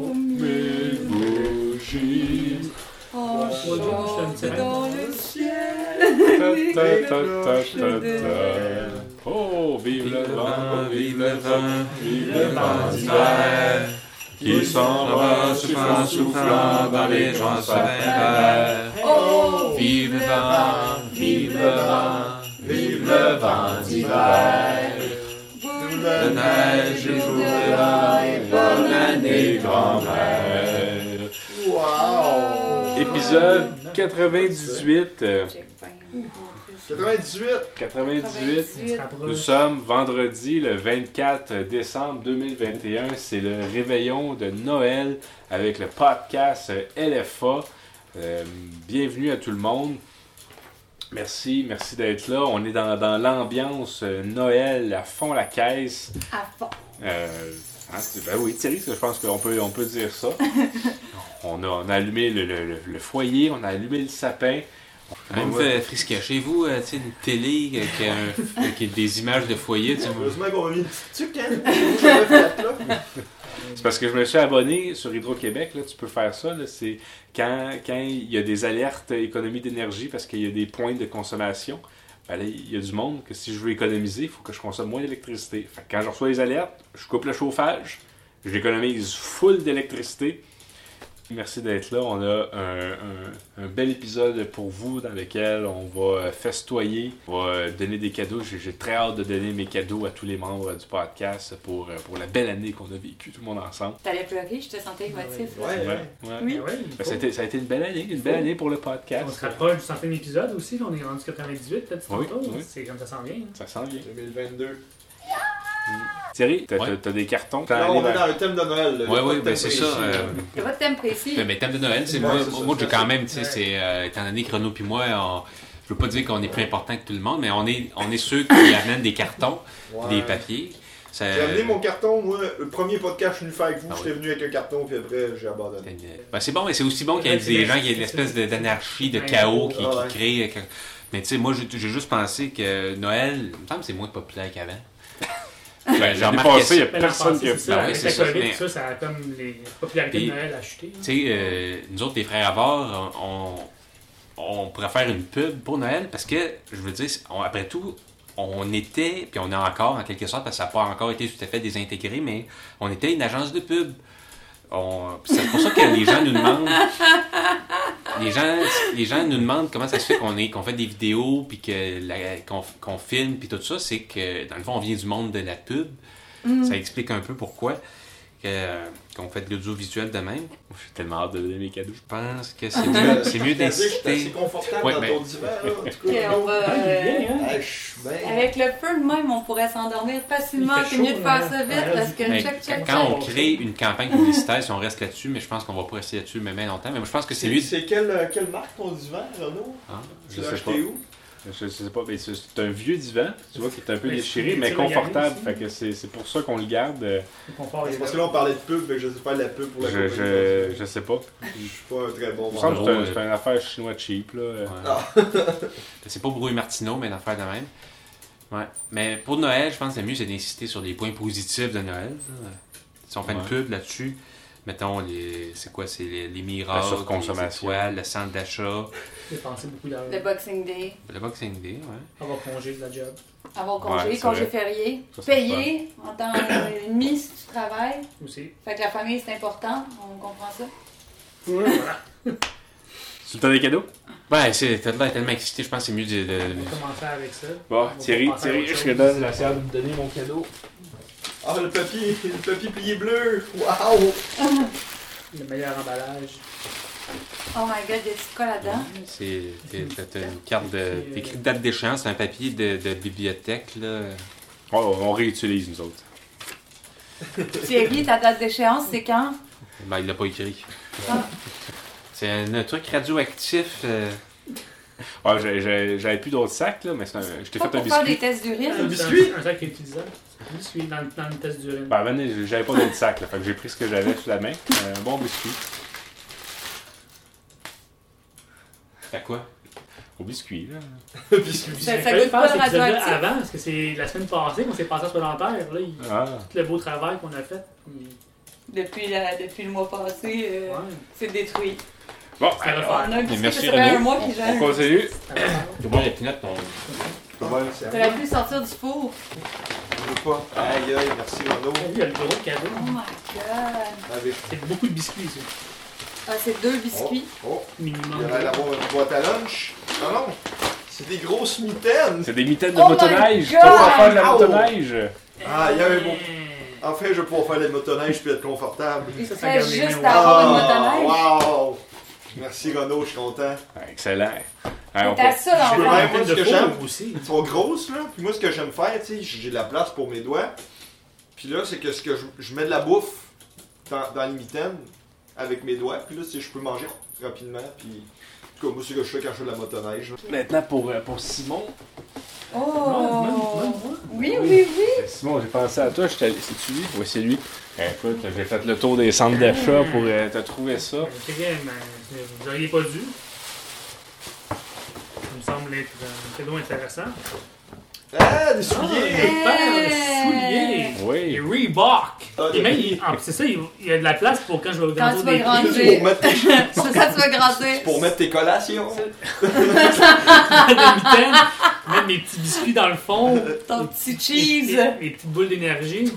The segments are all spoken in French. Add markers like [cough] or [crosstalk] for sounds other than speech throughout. Mes bougies. En chante dans le ciel. Ta, ta, ta, ta, cloches ta, de ta. Oh, vive le vin, vive le vin, vive le vin d'hiver, d'hiver, qui s'en va soufflant, soufflant dans les gens s'appellent. Oh, Vive le vin, vive le vin, vive le vin d'hiver. boule De neige, jour jour de de vin et bonne Année année, grand-mère. Wow. Épisode 98. euh, 98! 98. Nous sommes vendredi le 24 décembre 2021. C'est le réveillon de Noël avec le podcast euh, LFA. Euh, bienvenue à tout le monde. Merci, merci d'être là. On est dans, dans l'ambiance euh, Noël à fond la caisse. À fond. Euh, hein, c'est- ben oui, Thierry, je pense qu'on peut, on peut dire [laughs] ça. on, a, on a allumé le, le- le- le foyer, on a allumé le sapin. Ça me fait frisquer. Chez vous, euh, tu sais, une télé avec, un- avec des images de foyer, tu sais, moi, Heureusement qu'on a mis une petite tuque, hein? J'avais fait là. [laughs] C'est parce que je me suis abonné sur Hydro-Québec, là, tu peux faire ça. là, c'est quand, quand il y a des alertes économie d'énergie parce qu'il y a des points de consommation, ben là, il y a du monde que si je veux économiser, il faut que je consomme moins d'électricité. Fait que quand je reçois les alertes, je coupe le chauffage, j'économise full d'électricité. Merci d'être là. On a un, un- un bel épisode pour vous dans lequel on va festoyer, on va donner des cadeaux. J'ai j'ai très hâte de donner mes cadeaux à tous les membres du podcast pour, pour la belle année qu'on a vécue tout le monde ensemble. T'allais pleurer, je te sentais émotif. là. Ouais, Ouais, ouais. ouais. Oui. Eh Ouais, Ben, il faut. ça, a été, ça a été une belle année, une belle année pour le on podcast. se rapproche du centième épisode aussi, là, on est rendu 98, là, Oui, tantôt. oui. C'est comme ça s'en vient. hein. Ça sent bien. 2022. Thierry, t'as Ouais. t'as des cartons. Là, on T'en est as- dans le thème de Noël. Ouais, ouais, ben, c'est ça, euh, Y'a pas de thème précis. Mais mes thèmes de Noël, c'est Ouais, moi, c'est ça, moi c'est j'ai ça. quand même, tu sais, c'est euh, étant donné que Renaud puis moi, on- je veux pas dire qu'on est plus important que tout le monde, mais on est, on est ceux qui amènent des cartons, des papiers. Ça- J'ai amené mon carton, moi, le premier podcast, je suis venu faire avec vous, Ah j'étais venu avec un carton, puis après, j'ai abandonné. Ben, c'est bon, mais c'est aussi bon qu'il y ait des gens qui aient une espèce de- d'anarchie, de chaos qui, Ouais. qui crée. euh, quelque- Mais tu sais, moi, j'ai j'ai juste pensé que Noël, il me semble que c'est moins populaire qu'avant. Ben, j'ai L'année remarqué passée, il n'y a Mais l'an personne passé, qui a c'est ça, Ben avec oui, la c'est ça, COVID, mais- tout ça, ça a comme les popularités Puis- de Noël a chuté. hein. Tu sais, euh, nous autres, les frères avares, on, on on pourrait faire une pub pour Noël parce que, je veux dire, on- après tout, on était, puis on est encore en quelque sorte, parce que ça n'a pas encore été tout à fait désintégré, mais on était une agence de pub. On- puis C'est pour ça que les gens nous demandent. Les gens, les gens nous demandent comment ça se fait qu'on est- qu'on fait des vidéos, puis que la- qu'on qu'on filme, puis tout ça. C'est que, dans le fond, on vient du monde de la pub. Ça explique un peu pourquoi que- qu'on fait de l'audiovisuel de même. J'ai tellement hâte de donner mes cadeaux. Je pense que [laughs] [laughs] c'est mieux, c'est mieux C'est assez d'inciter. confortable Ouais, dans ben- ton divan, là, en tout Ok, cas. on va, Ah, il est euh, bien, hein? Ah, je suis bien. Avec le feu de même, on pourrait s'endormir facilement. Il fait C'est mieux chaud, hein. de faire ça là. vite parce que Mais check, check, Quand on check. check. crée une campagne publicitaire, si on reste là-dessus, mais je pense qu'on va pas rester là-dessus même longtemps. Mais moi, je pense que c'est mieux. C'est quelle, euh, quelle marque ton divan, Renaud? Ah, Tu Je l'as sais pas. acheté où? Je sais pas, mais c'est- c'est un vieux divan, tu vois, qui est un peu Mais déchiré, c'est- mais tu l'as gardé confortable. aussi. Fait que c'est c'est pour ça qu'on le garde. euh, Le confort est Parce que là. là, on parlait de pub, mais je sais pas de la pub pour la Je, je, je sais pas. Je suis pas un très bon Il me semble vendeur. que c'est un- c'est une affaire chinois cheap, là. euh. Ouais. Ah. [laughs] C'est pas Bruno et Martineau, mais une affaire de même. Ouais. Mais pour Noël, je pense que le mieux, c'est d'insister sur les points positifs de Noël. là. Si on fait une Ouais. pub là-dessus, mettons, les, c'est quoi C'est les, les miracles, La surconsommation. les étoiles, le centre d'achat, Dépenser beaucoup d'heures. Le Boxing Day. le Boxing Day, ouais. Avoir congé de la job. Avoir Ouais, congé, c'est congé vrai. férié, Ça, c'est payé en temps et demi si tu travailles. Aussi. Fait que la famille, c'est important, on comprend ça. Voilà. Tu as des cadeaux? Ben, c'est t'as l'air tellement excité, je pense que c'est mieux de. de- On va commencer avec ça. Bon, On Thierry, va Thierry, faire autre je te chose. donne la salle de me donner mon cadeau. Ah, le papier, le papier plié bleu! Waouh! Le meilleur emballage. Oh my god, y a-tu de quoi là-dedans? C'est t'as- t'as une carte de. T'écris date d'échéance, c'est un papier de, de bibliothèque, là. Oh, on réutilise, nous autres. Thierry, ta date d'échéance, c'est quand? Ben, il l'a pas écrit. Ah. [laughs] C'est un, un truc radioactif. euh, Ouais, j'ai- j'ai- J'avais plus d'autres sacs, là, mais c'est un- je t'ai Pas fait un pour faire biscuit. des tests d'urine. Un biscuit? Un sac qui est utilisable. Un biscuit dans, le- dans le test d'urine. Ben, venez, j'avais pas d'autres sacs, là. Fait que j'ai pris ce que j'avais sous la main. Euh, Un bon biscuit. à quoi? Au biscuit, là. Le biscuit. Ça- Je ça fallait goûte pas faire cet épisode-là radioactif. avant, parce que c'est la semaine passée qu'on s'est passé à Solantaire. Là, il- Ah. tout le beau travail qu'on a fait. il- depuis, la- depuis le mois passé, euh, c'est détruit. Bon, Ça va alors, On a un petit peu, merci, ça fait un Renaud. mois qu'il on gèle. continue. Tu vois, les pinottes, on... c'est T'aurais pu sortir du four. Oh Je veux pas. Aïe aïe, merci Renaud. Il y a le gros cadeau. Oh my god. Avec- C'est beaucoup de biscuits, ça. Ah, c'est deux biscuits. Oh, il Minimum. y avait d'avoir une boîte à lunch. Non, non, c'est des grosses mitaines. C'est des mitaines de Oh my motoneige. Tu God! vas pouvoir faire de la Ow! motoneige. Ah, il y avait bon. Eh, Enfin, je vais pouvoir faire les motoneiges puis être confortable. Il Ça, ça serait garde les juste mains à avoir une Ah, motoneige. wow! Merci Renaud, je suis content. Ah, Excellent. Ah, on T'as peut- ça Je dans le veux Ouais, pas ventre. la peine moi, ce de que four j'aime. aussi. Ils sont grosses, là. Puis moi, ce que j'aime faire, tu sais, j'ai de la place pour mes doigts. Puis là, c'est que ce que je, je mets de la bouffe dans, dans le mitaine avec mes doigts. Puis là, si je peux manger rapidement. Puis, en tout cas, moi, c'est ce que je fais quand je fais de la motoneige. là. Maintenant pour, euh, pour Simon. Oh! Oui, oui, oui! Euh, Simon, j'ai pensé à toi. je t'ai- C'est-tu lui? Oui, c'est lui. Euh, Écoute, j'ai fait le tour des centres d'achat pour euh, te trouver ça. Euh, c'est bien, mais vous auriez pas dû. Ça me semble être un cadeau intéressant. Ah, des souliers! Des paires de souliers! Oui. Les Reebok! Ah, Et même, il- ah, c'est ça, il il y a de la place pour quand je Quand vais grandir tu vas des grandir. pieds. C'est [laughs] pour, mettre tes- Ça, ça te va grandir. c'est pour mettre tes collations. de mitaine, mettre mes petits biscuits dans le fond. [laughs] Ton petit Mes, cheese. mes- mes petites boules d'énergie.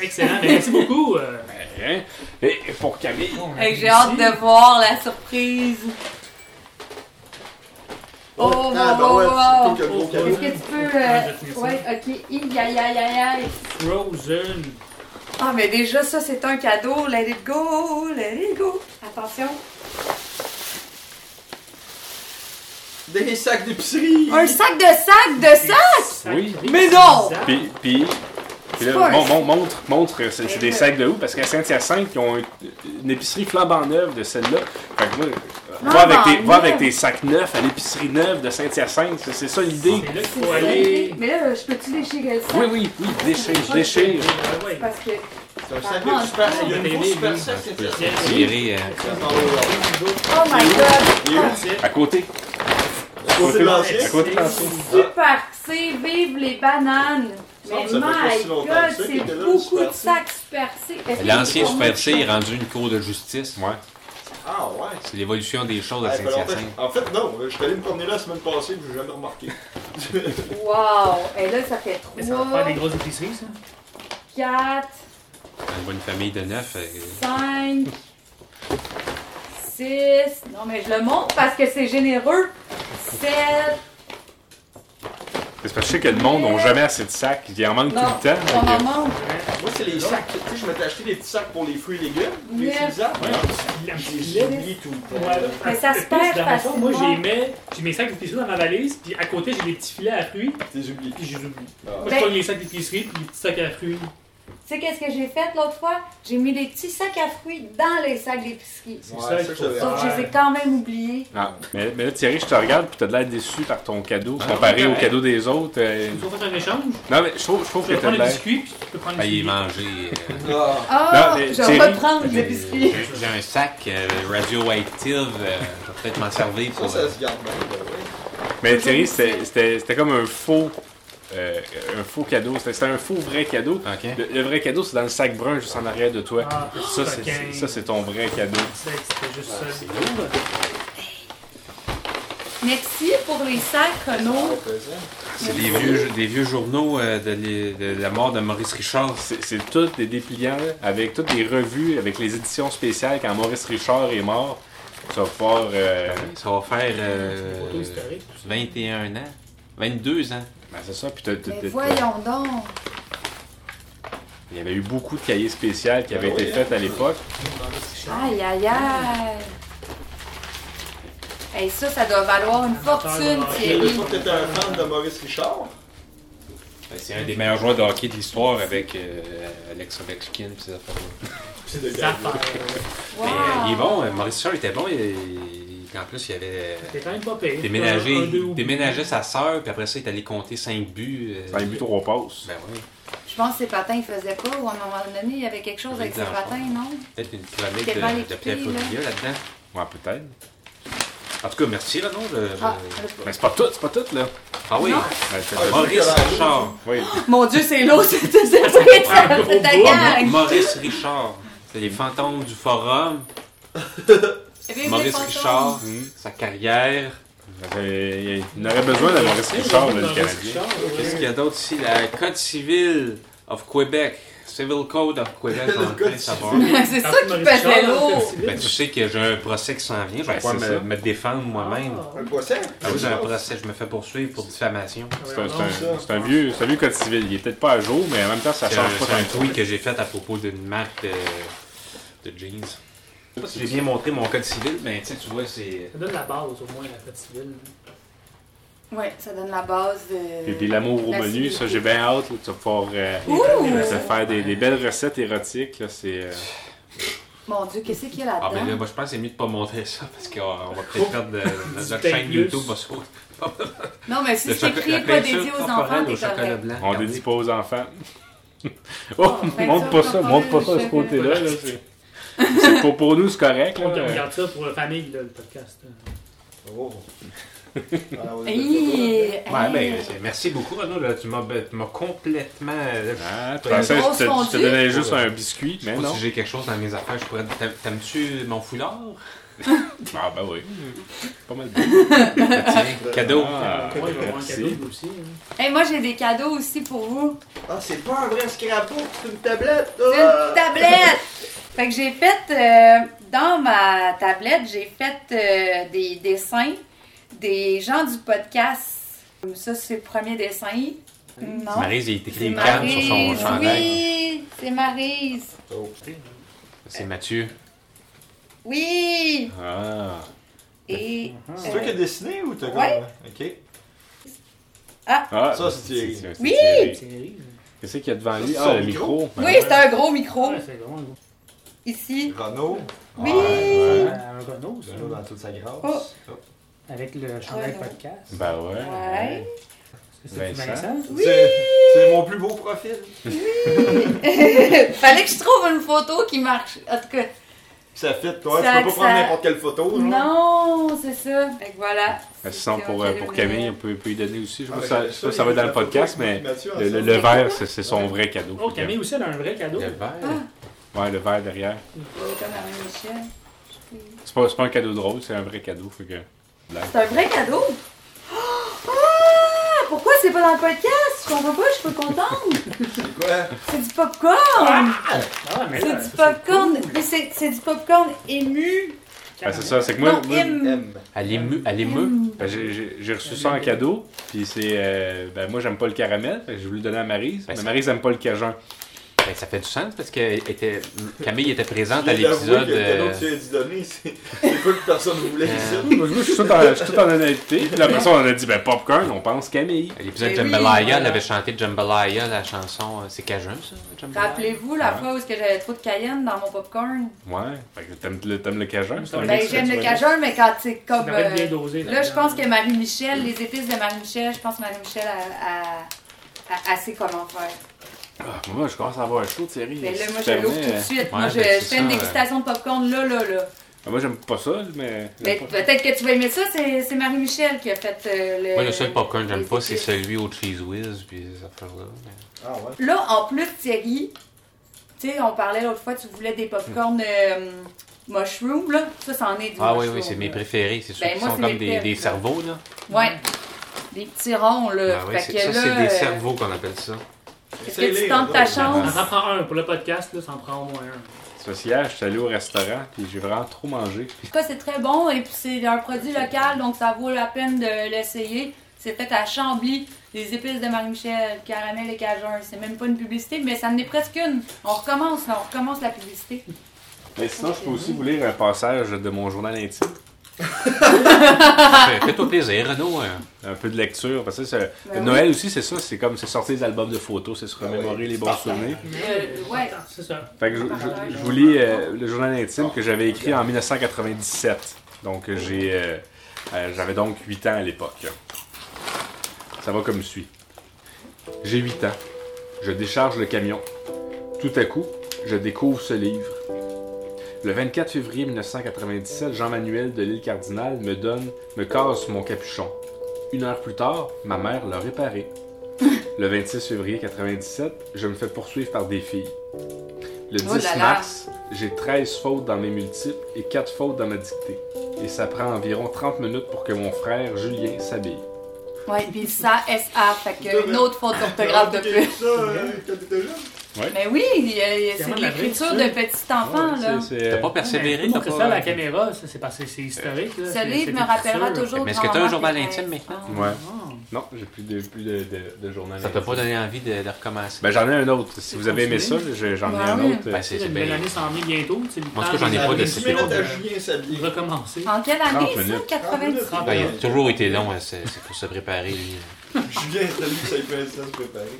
Excellent. Ben, merci beaucoup. euh, Hein? Et pour Camille. Fait que j'ai hâte de voir la surprise. Oh, Ah, wow, ben wow, ouais, c'est wow. cool que le gros Oh, cadeau. Est-ce que tu peux. Ah, euh, je tenais ça. Ouais, ok. Aïe, aïe, aïe, aïe, aïe. Frozen. Ah, mais déjà, ça, c'est un cadeau. Let it go, let it go. Attention. Des sacs d'épicerie! Un sac de sac de sac. Oui. Mais non! Puis, puis, puis C'est là, pas mon- un- mon- montre, montre, euh, c'est c'est Mais des là- sacs de où? Parce qu'à Saint-Hyacinthe, ils ont un- une épicerie flambant neuve de celle-là. Fait que moi, euh, va avec, tes, va avec tes sacs neufs à l'épicerie neuve de Saint-Hyacinthe. C'est- C'est ça l'idée. C'est là qu'il C'est faut ça, aller. Mais là, je peux-tu déchirer le sac? Oui, oui, oui, déchire, déchire. Ah ouais. Parce que. C'est un sac de super sac. Il y a une grosse super sac, Tu peux c'est ça. Ah, retirer, euh, Ça, dans le- Oh my god! Il est où? À côté. À côté de Ah, l'ancien. À côté de l'ancien. Super C, vive les bananes! Ça, Mais ça fait pas my si longtemps que god, ça qu'il était c'est là, beaucoup le de sacs Super C. Est-ce que L'ancien c'est pour Super hein? nous? C est rendu une cour de justice. Ouais. Ah, ouais. C'est l'évolution des choses à Ah, il fait longtemps Saint-Hyacinthe. que- En fait, non, euh, je suis allé me promener là la semaine passée et je n'ai jamais remarqué. Wow! Et là, ça fait Mais Ça va faire des 3, grosses épiceries, ça. 4, On voit une famille de neuf. euh, 5, 6. Non, mais je le montre parce que c'est généreux. 7. C'est parce que je sais que le monde n'a jamais assez de sacs. Il en manque Non, tout le temps. euh, on Fait en que- manque. Moi, c'est les sacs. Tu sais, je m'étais acheté des petits sacs pour les fruits et légumes. Oui. Les bizarre. Ouais, un petit J'ai oublié tout le temps. Voilà. Mais ça se Puis, perd dans le fond, Moi, facilement. j'ai mets- j'ai mes sacs d'épicerie dans ma valise, puis à côté, j'ai des petits filets à fruits, Je les oublie. puis je les oublie. Ah. Moi, je Ben- prends les sacs d'épicerie, puis les petits sacs à fruits. Tu sais qu'est-ce que j'ai fait l'autre fois? J'ai mis des petits sacs à fruits dans les sacs d'épicerie. C'est Ouais, ça, ça, qu'il je faut savais. faire. Sauf que je les ai quand même oubliés. Ah, mais, mais là, Thierry, je te regarde puis t'as de l'air déçu par ton cadeau Ah, comparé ouais, au ouais. cadeau des autres. euh, Ils ont fait un échange. Non, mais je trouve, je trouve que Tu t'as peux de prendre les l'air. biscuits, puis tu Ah, peux prendre les Failli filets. manger. euh, Ah. Ah! Non, mais je vais Thierry- reprendre les biscuits. J'ai j'ai un sac euh, radioactive, euh, je vais peut-être m'en servir Ça, pour. ça euh, se garde bien. ben ouais. Mais Thierry, c'était- c'était c'était comme un faux, euh, un faux cadeau. C'était c'était un faux vrai cadeau. Ok. Le, le vrai cadeau, c'est dans le sac brun juste en arrière de toi. Ah, oh, ça, c'est- coquin. c'est- ça, c'est ton vrai cadeau. C'est- C'était juste Ah, ça. Merci pour les sacs, Renaud. Ça, ça. C'est des vieux, des vieux journaux euh, de, les- de la mort de Maurice Richard. C'est c'est tout des dépliants avec toutes les revues, avec les éditions spéciales quand Maurice Richard est mort. Tu vas pouvoir. euh, Ça va faire euh, Photo historique, tout ça. 21 ans, 22 ans. ben, c'est ça. Puis t'as- t'as- Mais t'as- voyons donc. il y avait eu beaucoup de cahiers spéciaux qui avaient Ah été oui, faits à l'époque. Aïe, aïe, aïe. Et ça, ça doit valoir une fortune, Je savais Thierry. pas que t'étais un fan de Maurice Richard. Ben, C'est un des meilleurs joueurs de hockey de l'histoire avec euh, Alex Ovechkin et ces affaires-là. C'est de Ça garde. fait. Wow. Mais euh, il est bon, euh, Maurice Richard était bon. il- il- en plus, il avait euh, C'est quand même pas payé. déménagé, il déménageait sa sœur, puis après ça, il est allé compter 5 buts. euh, Dans les buts trois passes. Ben oui, Je pense que ses patins, il faisait pas, ou à un moment donné, il y avait quelque chose avec ses patins, non? peut-être une chronique Tellement de, de équipé, Pierre Fauteuil là-dedans. Ouais, peut-être. En tout cas, merci Renaud. je- Ah, je- le- Mais c'est pas tout, c'est pas tout, là. Ah oui, Non. Ben, c'est- Ah, Maurice Richard. oui. Mon Dieu, c'est l'eau, c'est tout ça, c'est ça, c'est gros ta bois, gang. Maurice Richard. Les fantômes du forum, Vive les Maurice fantômes. Richard, Hum. sa carrière. Euh, Il aurait besoin d'avoir Maurice Richard, là, le Canadien. Qu'est-ce qu'il y a d'autre ici? La Code civil of Québec. Civil Code of Québec, Le on va Code le savoir. civil. [laughs] C'est ça qui pesait lourd. Ben, tu sais que j'ai un procès qui s'en vient, je vais Ben, pouvoir c'est me, ça. me défendre moi-même. Un poisson? Ah oui, j'ai un procès, je me fais poursuivre pour diffamation. C'est un, Ah, c'est un- c'est un vieux, c'est un vieux code civil. Il est peut-être pas à jour, mais en même temps, ça C'est un, change pas c'est un tant tweet que j'ai fait à propos d'une marque de, de jeans. Je sais pas si j'ai bien montré mon code civil, mais tu sais, tu vois, c'est. Ça donne la base, au moins, la code civile. Oui, ça donne la base de. Et puis l'amour au La menu, ça civilité. j'ai bien hâte. là, tu vas pouvoir euh, Ouh! se faire des, des belles recettes érotiques. là, C'est euh, Mon Dieu, qu'est-ce qu'il y a Ah, ben là, là-dedans? moi, je pense que c'est mieux de pas montrer ça parce qu'on on va Oh. peut-être [laughs] perdre de- notre Peut-être chaîne plus. YouTube. Va sauter. Non, mais si Le c'est choco- la écrit pas peinture dédié aux enfants, corporelle t'es au chocolat correct. blanc. on Regardez. dédie pas aux [laughs] enfants. oh, Ben, montre ça, pas ça, on montre pas ça de parle ce de côté-là. là, c'est- c'est pour, pour nous, c'est correct. On là. regarde ça pour la famille, là, le podcast. hein. [laughs] Oh. Ah, ouais, Hey, Ouais, hey. ben, c'est- merci beaucoup, Renaud. Là, tu m'as ben, tu m'as complètement. là, je- Ah, tu Une pensais que grosse je te, je te fondue? donnais juste un biscuit, mais Moi, non. si j'ai quelque chose dans mes affaires, je pourrais. t'aimes- T'aimes-tu mon foulard? [laughs] Ah, ben oui. Pas mal. Tiens, cadeau. Ah, Moi, il va avoir un merci. cadeau lui aussi. hein. Hey, moi, j'ai des cadeaux aussi pour vous. Ah, c'est pas un vrai scrapbook, c'est une tablette! C'est Ah! une tablette! Fait que j'ai fait, euh, dans ma tablette, j'ai fait euh, des dessins des gens du podcast. Ça, c'est le premier dessin. Non. Maryse, il écrit C'est une canne sur son Maryse, chandail. Oui, c'est Maryse. Ah, C'est Mathieu. Oui. Ah. Et. C'est toi qui as euh, dessiné ou t'as Ouais. comme. euh, Ok. Ah, Ça, c'est Thierry. c'est Oui! Thierry. C'est Maryse. Qu'est-ce qu'il y a devant Ça, lui? c'est Ah, son le micro. oui, c'est un gros micro Ouais, c'est vraiment un gros. ici. Renaud. Oui. Ah, Ouais. Ben, Un Renault, ça. Renaud dans toute sa grâce. Oh. Avec le chandail Renault. podcast. Ben ouais. Ouais. [laughs] C'est Vincent. Vincent. C'est c'est mon plus beau profil. Fallait que je trouve une photo qui marche. En tout cas, Ça fit, toi. Ça- tu peux pas ça- prendre n'importe quelle photo. genre. non, c'est ça. Fait que voilà. Ben, Sinon, pour, euh, pour Camille, on peut, peut lui donner aussi. Je sais Ah, pas si ben, ça, je sais pas si ça va dans le podcast, il y a mais le, une photo avec le- le Mathieu ensemble. verre, c'est c'est son vrai cadeau. Oh, Camille aussi, elle a un vrai cadeau. Le verre. Ah. Ouais, le verre derrière. On est comme à la même échelle. C'est pas, c'est pas un cadeau drôle, c'est un vrai cadeau. Fait que... Blague. C'est un vrai cadeau. Oh! Ah! Pourquoi c'est pas dans le podcast? Je comprends pas, je suis pas contente. C'est quoi? C'est du popcorn. Ah, mais C'est là, du ça, popcorn. Mais c'est c'est du popcorn ému. c'est Ah, c'est ça, c'est que moi, Non, moi, ému. M. Elle est mue. Elle est mue. Ému. ben, j'ai- j'ai j'ai reçu ça en cadeau. Puis c'est. euh, ben, moi, j'aime pas le caramel. Fait que je voulais le donner à Maryse. Ben, mais c'est- Maryse aime pas le cajun. Ben, ça fait du sens parce que était... Camille était présente à Je viens d'avouer l'épisode. que Le cadeau euh, que tu as dit donner, c'est c'est quoi que personne voulait ici. euh, Moi, je suis tout en, je suis tout en honnêteté. Puis la personne, on a dit, ben, popcorn, on pense Camille. À l'épisode Mais Ben oui, Jambalaya, elle voilà. avait chanté Jambalaya, la chanson. euh, C'est cajun, ça? Jambalaya? Rappelez-vous la fois où est-ce que j'avais trop de cayenne dans mon popcorn. Ouais. Fait que t'aimes le, t'aimes le cajun. c'est un Ben, Ben, mix j'aime le naturel. cajun, mais quand c'est Ça comme. devrait être bien euh, dosé. Là, je pense que Marie-Michel, les épices de Marie-Michel, je pense que Marie-Michel a, a- a- a sait comment faire. Ah, Moi, je commence à avoir chaud, Thierry. Mais Ben, là, Si moi, tu je l'ouvre permets, tout de euh, suite. moi, ouais, je, ben, c'est je fais une ça, euh. dégustation de popcorn là, là, là. Ah, Moi, j'aime pas ça, mais. Ben, Peut-être que tu vas aimer ça, c'est c'est Marie-Michel qui a fait euh, le. Moi, le seul popcorn que j'aime les pas, c'est épices. celui au Cheese Whiz, puis ces affaires-là. mais- Ah ouais. Là, en plus, Thierry, tu sais, on parlait l'autre fois, tu voulais des popcorn euh, mushroom, là. Ça, c'en est du Hmm. Ah oui, mushroom, oui, c'est mes là. préférés. C'est ceux Ben, qui moi, sont c'est comme mes des, des préférés. cerveaux, là. Ouais. Des petits ronds, là. Ah oui, Fait c'est- que ça, c'est là, des euh, cerveaux qu'on appelle ça. Est-ce que tu tentes ta chance? Ça en prend un. Pour le podcast, là, ça en prend au moins un. Parce que hier, je suis allé au restaurant, puis j'ai vraiment trop mangé. En tout cas, c'est très bon et puis c'est un produit local, donc ça vaut la peine de l'essayer. C'est fait à Chambly, les épices de Marie-Michel, caramel et cajun. C'est même pas une publicité, mais ça en est presque une. On recommence, là, on recommence la publicité. Mais sinon, je peux aussi vous lire un passage de mon journal intime. Fais- Fais-toi plaisir, Renaud. hein. Un peu de lecture. Parce que c'est- Ben Noël aussi, c'est ça. C'est comme c'est sortir des albums de photos, c'est se Ah remémorer oui. les bons souvenirs. Euh, ouais. C'est ça. Fait que je, je- je vous lis euh, le journal intime que j'avais écrit en 1997. Donc euh, j'ai euh, euh, j'avais donc 8 ans à l'époque. Ça va comme suit. J'ai 8 ans. Je décharge le camion. Tout à coup, je découvre ce livre. Le 24 février 1997, Jean-Manuel de l'île Cardinal me donne, me casse mon capuchon. Une heure plus tard, ma mère [laughs] l'a réparé. Le 26 février 1997, je me fais poursuivre par des filles. Le Oh là 10 là. mars, j'ai 13 fautes dans mes multiples et 4 fautes dans ma dictée. Et ça prend environ 30 minutes pour que mon frère Julien s'habille. Ouais, puis ça, SA, fait que une autre faute d'orthographe de T'as plus. ça euh, quand t'étais jeune? Mais oui, il y a- il y a- C'est c'est vraiment de de la vraie l'écriture de écriture. petit enfant, là. C'est- c'est- T'as pas persévéré, Ben, t'as Montrer ça à la pas. caméra, ça, c'est parce que c'est historique. là. Ce C'est- livre c'est me une rappellera culture. toujours. Mais est-ce que t'as un grandement journal Thérèse. intime maintenant? Ah. Ouais. Ah. Non, j'ai plus de, plus de, de, de journal. Ça t'a pas donné envie de, de recommencer. Ben, j'en ai un autre. Si vous avez aimé ça, Continuez. je- j'en ai Ouais. un autre. Ben, c'est C'est c'est une belle bien. année s'en vient bientôt. c'est le Moi, en tout temps cas, j'en ai de- pas J'avais de dix minutes à de Julien s'habiller. recommencer. En quelle 30 année, ça, minutes. 90? Ah, Ben, il a toujours été long, hein, c'est c'est pour se préparer. lui. Julien s'habille, ça lui fait un instant se préparer.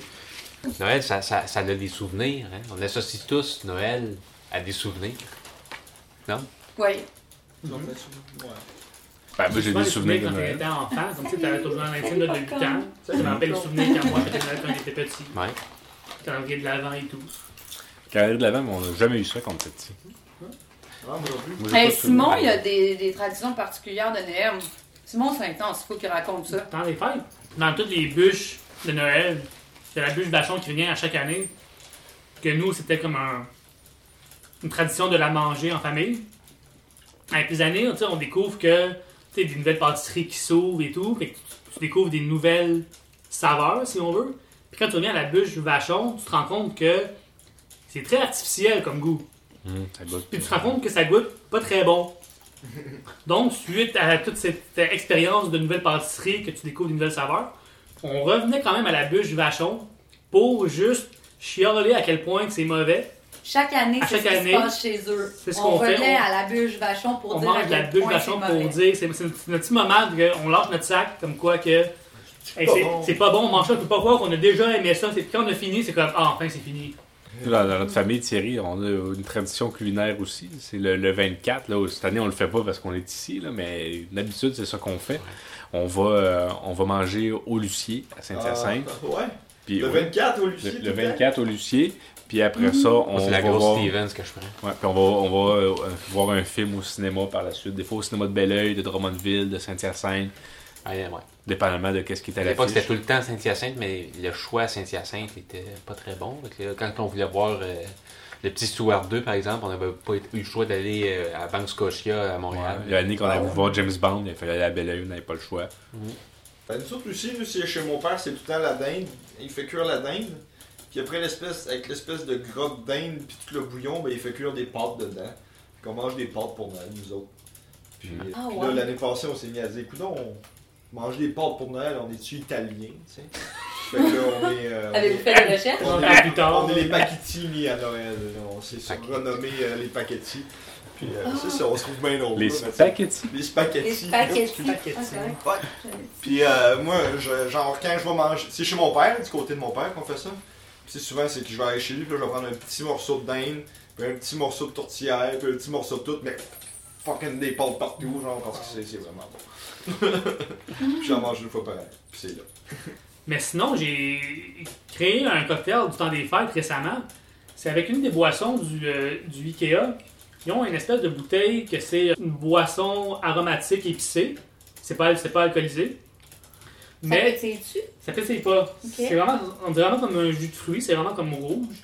Noël, ça, ça, ça a des souvenirs. hein. On associe tous Noël à des souvenirs. Oui. Ouais. Ben, moi, j'ai Souvent, des les souvenirs de quand Noël. t'étais enfant, comme tu sais, t'avais ton journal intime là, de 8 Popcorn. ans. Ça me rappelle les souvenirs quand moi, j'étais là, quand j'étais petit. Ouais. Calendrier de l'avant et tout. Carrière de l'avant, mais on n'a jamais eu ça quand on était petit. Ah, moi non plus. Moi, j'ai pas Hey, de Ben, Simon, souvenirs. il y a des, des traditions particulières de Noël. Simon, c'est intense, il faut qu'il raconte ça. Dans les fêtes, dans toutes les bûches de Noël, de la bûche bachon qui vient à chaque année, que nous, c'était comme un- une tradition de la manger en famille. Avec les années, tu sais, on découvre que tu sais, des nouvelles pâtisseries qui s'ouvrent et tout, fait que tu- tu découvres des nouvelles saveurs, si on veut. Puis quand tu reviens à la bûche vachon, tu te rends compte que c'est très artificiel comme goût. Hum. Ça goûte. euh, Puis tu te rends compte que ça goûte pas très bon. Donc, suite à toute cette euh, expérience de nouvelles pâtisseries, que tu découvres des nouvelles saveurs, on revenait quand même à la bûche vachon pour juste chialer à quel point que c'est mauvais. Chaque année, À c'est ce chaque qui année, se passe chez eux. c'est ce on qu'on fait, revenait on- à la bûche vachon pour on dire à mange de la quel bûche point vachon c'est pour mauvais. dire. C'est c'est notre petit moment qu'on lâche notre sac, comme quoi que. hey, pas c'est bon. c'est pas bon, on mange ça, on peut pas croire qu'on a déjà aimé ça. C'est- Quand on a fini, c'est comme, ah, enfin, c'est fini. Dans, dans notre famille, Thierry, on a une tradition culinaire aussi. C'est le, le 24. Là, cette année, on le fait pas parce qu'on est ici, là, mais d'habitude, c'est ça qu'on fait. On va, euh, on va manger au Lucier à Saint-Hyacinthe. Ah, ouais. Puis, Le ouais, 24 au Lucie. le- tout le le temps. Mm-hmm. 24 au Lucier. Puis après ça, on Moi, C'est va, la grosse voir, Stevens que je prends. ouais, puis on va, on va, euh, voir un film au cinéma par la suite. Des fois au cinéma de Belleuil, de Drummondville, de Saint-Hyacinthe, Ah, ouais. dépendamment de qu'est-ce qui est à À l'époque, l'affiche. c'était tout le temps Saint-Hyacinthe, mais le choix à Saint-Hyacinthe était pas très bon. Fait que là, quand on voulait voir euh, le petit Stewart 2, par exemple, on n'avait pas eu le choix d'aller euh, à Banque Scotia à Ouais, Montréal. Il y a l'année qu'on a voulu voir James Bond, il fallait aller à Belleuil, on n'avait pas le choix. Ben, nous autres aussi, nous, c'est chez mon père, c'est tout le temps la dinde. Il fait cuire la dinde. Puis après, l'espèce, avec l'espèce de grotte dinde, puis tout le bouillon, ben, il fait cuire des pâtes dedans. Puis on mange des pâtes pour Noël, nous autres. Puis, Ah, puis là, ouais. l'année passée, on s'est mis à dire, écoute, on mange des pâtes pour Noël, on est-tu italien, tu sais? fait que là, on est. euh, on est- Avez-vous fait des recherches? on Ah, est, plus tard. on est les paquetis mis à Noël. là. On s'est surnommé euh, les paquetis. Puis euh, c'est ça, on se trouve bien drôle. Les là, mais tu sais, spaghettis. Les spaghettis. Des spaghettis. Spaghettis. Ah, c'est vrai. Ouais. Puis euh, moi, je- genre quand je vais manger, c'est chez mon père, du côté de mon père qu'on fait ça. Puis c'est souvent c'est que je vais aller chez lui, puis là, je vais prendre un petit morceau de dinde, puis un petit morceau de tourtière, puis un petit morceau de tout, mais fucking des pâtes partout, genre parce que c'est- c'est vraiment bon. [laughs] puis j'en mange une fois par an, puis c'est là. Mais sinon, j'ai créé un cocktail du temps des fêtes récemment. C'est avec une des boissons du, euh, du Ikea. Ils ont une espèce de bouteille que c'est une boisson aromatique épicée. C'est pas, c'est pas alcoolisé. Mais tu ça pétille pas. C'est vraiment, on dirait vraiment comme un jus de fruits, c'est vraiment comme rouge.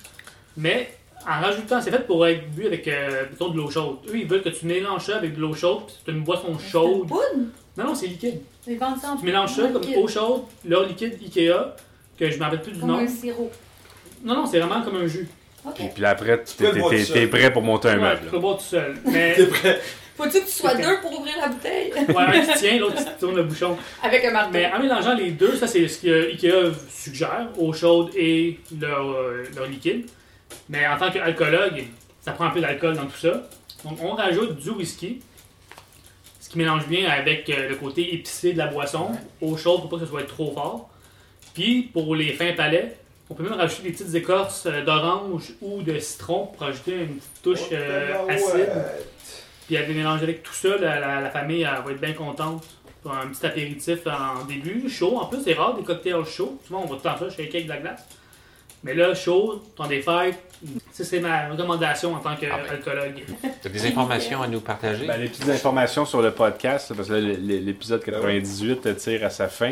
Mais en rajoutant, c'est fait pour être bu avec euh, plutôt de l'eau chaude. Eux, ils veulent que tu mélanges ça avec de l'eau chaude, puis c'est une boisson Chaude. chaude. Non, non, c'est liquide. Ils vendent ça en Tu mélanges ça comme liquide, eau chaude, leur liquide Ikea, que je m'en rappelle plus du Comme nom. un sirop. Non, non, c'est vraiment comme un jus. OK. Et puis là, après, tu t'es- peux le boire t'es tout t'es seul. prêt pour monter un Ouais, tu meuble. peux là. boire [laughs] tout seul. Mais T'es prêt? Faut-tu que tu sois deux pour ouvrir la bouteille? [laughs] ouais, un qui tient, l'autre qui tourne le bouchon. Avec un marteau. Mais en mélangeant les deux, ça c'est ce que Ikea suggère, eau chaude et leur, euh, leur liquide. Mais en tant qu'alcoologue, ça prend un peu d'alcool dans tout ça. Donc on rajoute du whisky, ce qui mélange bien avec euh, le côté épicé de la boisson, eau chaude pour pas que ce soit trop fort. Puis pour les fins palais, on peut même rajouter des petites écorces euh, d'orange ou de citron pour ajouter une petite touche euh, acide. Puis elle les mélange avec tout ça, la, la- la famille elle va être bien contente. Pour un petit apéritif en début, chaud. En plus, c'est rare des cocktails chauds. Souvent, on va tout le temps ça chez Cake de la glace. Mais là, chaud, temps des fêtes, ça, c'est ma recommandation en tant qu'alcoologue. T'as des informations à nous partager? Ben, les petites informations sur le podcast, parce que là, le- le- l'épisode 98 tire à sa fin.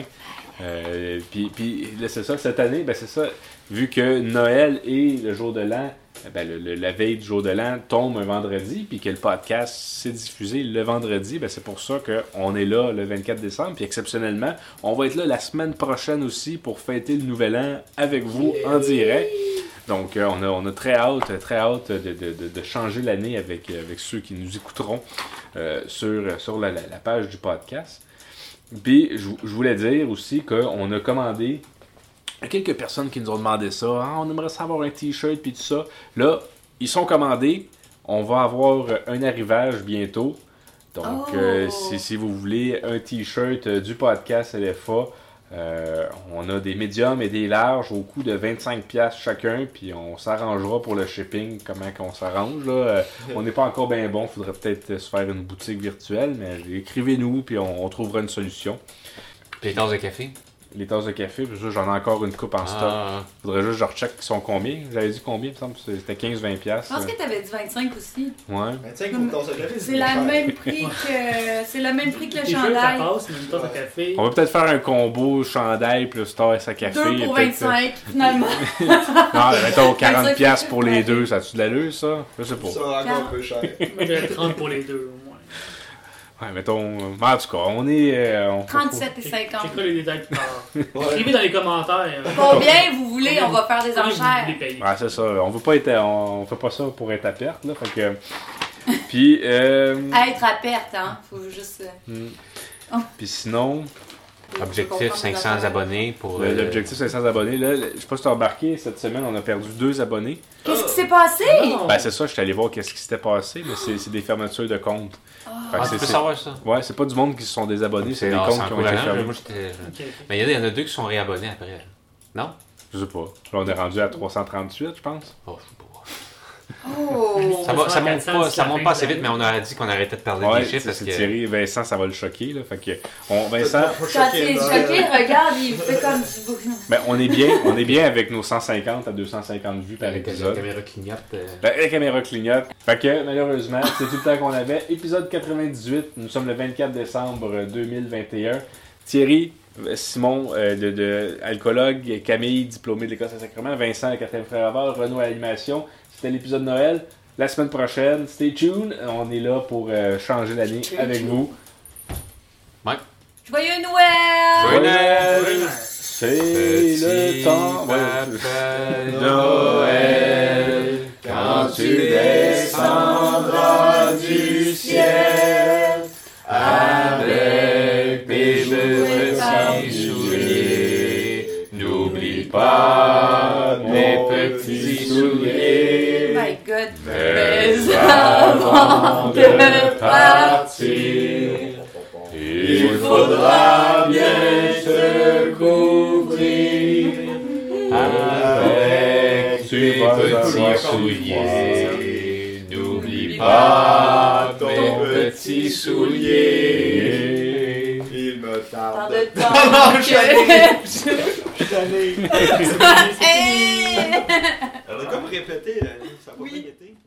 Euh, puis, puis là, c'est ça, cette année, ben, c'est ça, vu que Noël et le jour de l'an eh ben, le- le- la veille du jour de l'an tombe un vendredi, puis que le podcast s'est diffusé le vendredi, ben, c'est pour ça qu'on est là le 24 décembre. Puis exceptionnellement, on va être là la semaine prochaine aussi pour fêter le nouvel an avec vous en direct. Donc, euh, on, a, on a très hâte, très hâte de, de- de- de changer l'année avec, euh, avec ceux qui nous écouteront euh, sur, sur la, la- la page du podcast. Puis, je, vou- je voulais dire aussi qu'on a commandé il y a quelques personnes qui nous ont demandé ça. Ah, on aimerait savoir un t-shirt puis tout ça. Là, ils sont commandés. On va avoir euh, un arrivage bientôt. Donc, Oh! euh, si, si vous voulez un t-shirt euh, du podcast LFA, euh, on a des médiums et des larges au coût de 25$ piastres chacun, puis on s'arrangera pour le shipping, comment qu'on s'arrange. là. Euh, on n'est pas encore bien bon, faudrait peut-être euh, se faire une boutique virtuelle, mais écrivez-nous, puis on, on trouvera une solution. Puis les tasses de café. Les tasses de café, puis ça, j'en ai encore une coupe en stock. Ah, Faudrait juste que je recheck qu'ils sont combien. J'avais dit combien, il me semble que c'était 15-20$. Je piastres, pense que t'avais dit 25 aussi. euh, Ouais. 25 pour ton secret, C'est la même prix que c'est le même prix que le Les jeux, ça chandail. passe, mais une tasse de Ouais. café. On va peut-être faire un combo chandail plus tasse à café. 2 pour peut-être, euh, 25 [laughs] finalement. Non, [laughs] mettons 40$ 25. piastres pour les deux, ça a-tu de l'allure, ça? Je sais pas. Ça va encore un peu cher. Moi, j'avais 30 pour les deux. au moins. Ouais, mettons. euh, En tout cas, on est. euh, on- 37 et Check- 50. Checkez les détails plus tard. Ouais. Écrivez dans les commentaires. euh, Combien vous voulez, on va faire des combien vous enchères. voulez payer. Ouais, c'est ça. On veut pas être. à- On, on fait pas ça pour être à perte, là. Fait que. [laughs] Puis. euh, À être à perte, hein. Faut juste. euh, hmm. Oh. Puis sinon, Objectif 500 abonnés pour. le- euh, Ben, l'objectif 500 abonnés. Là, le- je sais pas si t'as remarqué, cette semaine, on a perdu deux abonnés. Qu'est-ce qui s'est passé? Non. Ben, c'est ça, je suis allé voir qu'est-ce qui s'était passé, mais c'est c'est des fermetures de comptes. Fait que Ah, c'est- tu peux c'est- savoir ça. Ouais, c'est pas du monde qui se sont désabonnés, c'est des Ah, comptes qui ont été encourageant. fermés. Moi, j'étais- Ok, ok. Euh, Mais il y, en a- il y en a deux qui sont réabonnés après. Non? Je sais pas. Là, on est rendu à 338, je pense. Oh, je sais pas. Oh! Ça, va- ça monte 400, pas, ça c'est monte la pas fin assez de vite, mais on aurait dit qu'on arrêtait de parler Ouais, des chiffres c'est parce c'est que. Thierry, Vincent, ça va le choquer, là. Fait que, on, Vincent, Quand il est choqué, regarde, il fait comme du bruit. ben, on est bien, on est bien avec nos 150 à 250 vues par la épisode. caméra clignote. euh, Ben, La, la caméra clignote. Fait que malheureusement, c'est tout le temps qu'on avait. Épisode 98, nous sommes le 24 décembre euh, 2021. Thierry, euh, Simon, euh, de, de alcoologue, Camille, diplômé de l'École Saint-Sacrement, Vincent, le quatrième frère Avard, Renaud à l'animation. C'était l'épisode Noël. La semaine prochaine, stay tuned. On est là pour euh, changer l'année Stay avec tuned. vous. Joyeux Noël! Joyeux Ouais, Noël! ouais. C'est Petit le temps. Ouais, Papa [laughs] Noël, quand tu descendras du ciel avec mes petits souliers. N'oublie pas mes petits souliers. Oh my god! Mais Mais avant avant de de partir, Il faudra bien [laughs] se couvrir avec tes petits souliers. N'oublie pas ton petit soulier. Il me Tant tarde. de temps Non, non, je suis allé. que- Je suis allé. Hey! Eh! Elle a comme répété, la ligne, ça a pas bien été.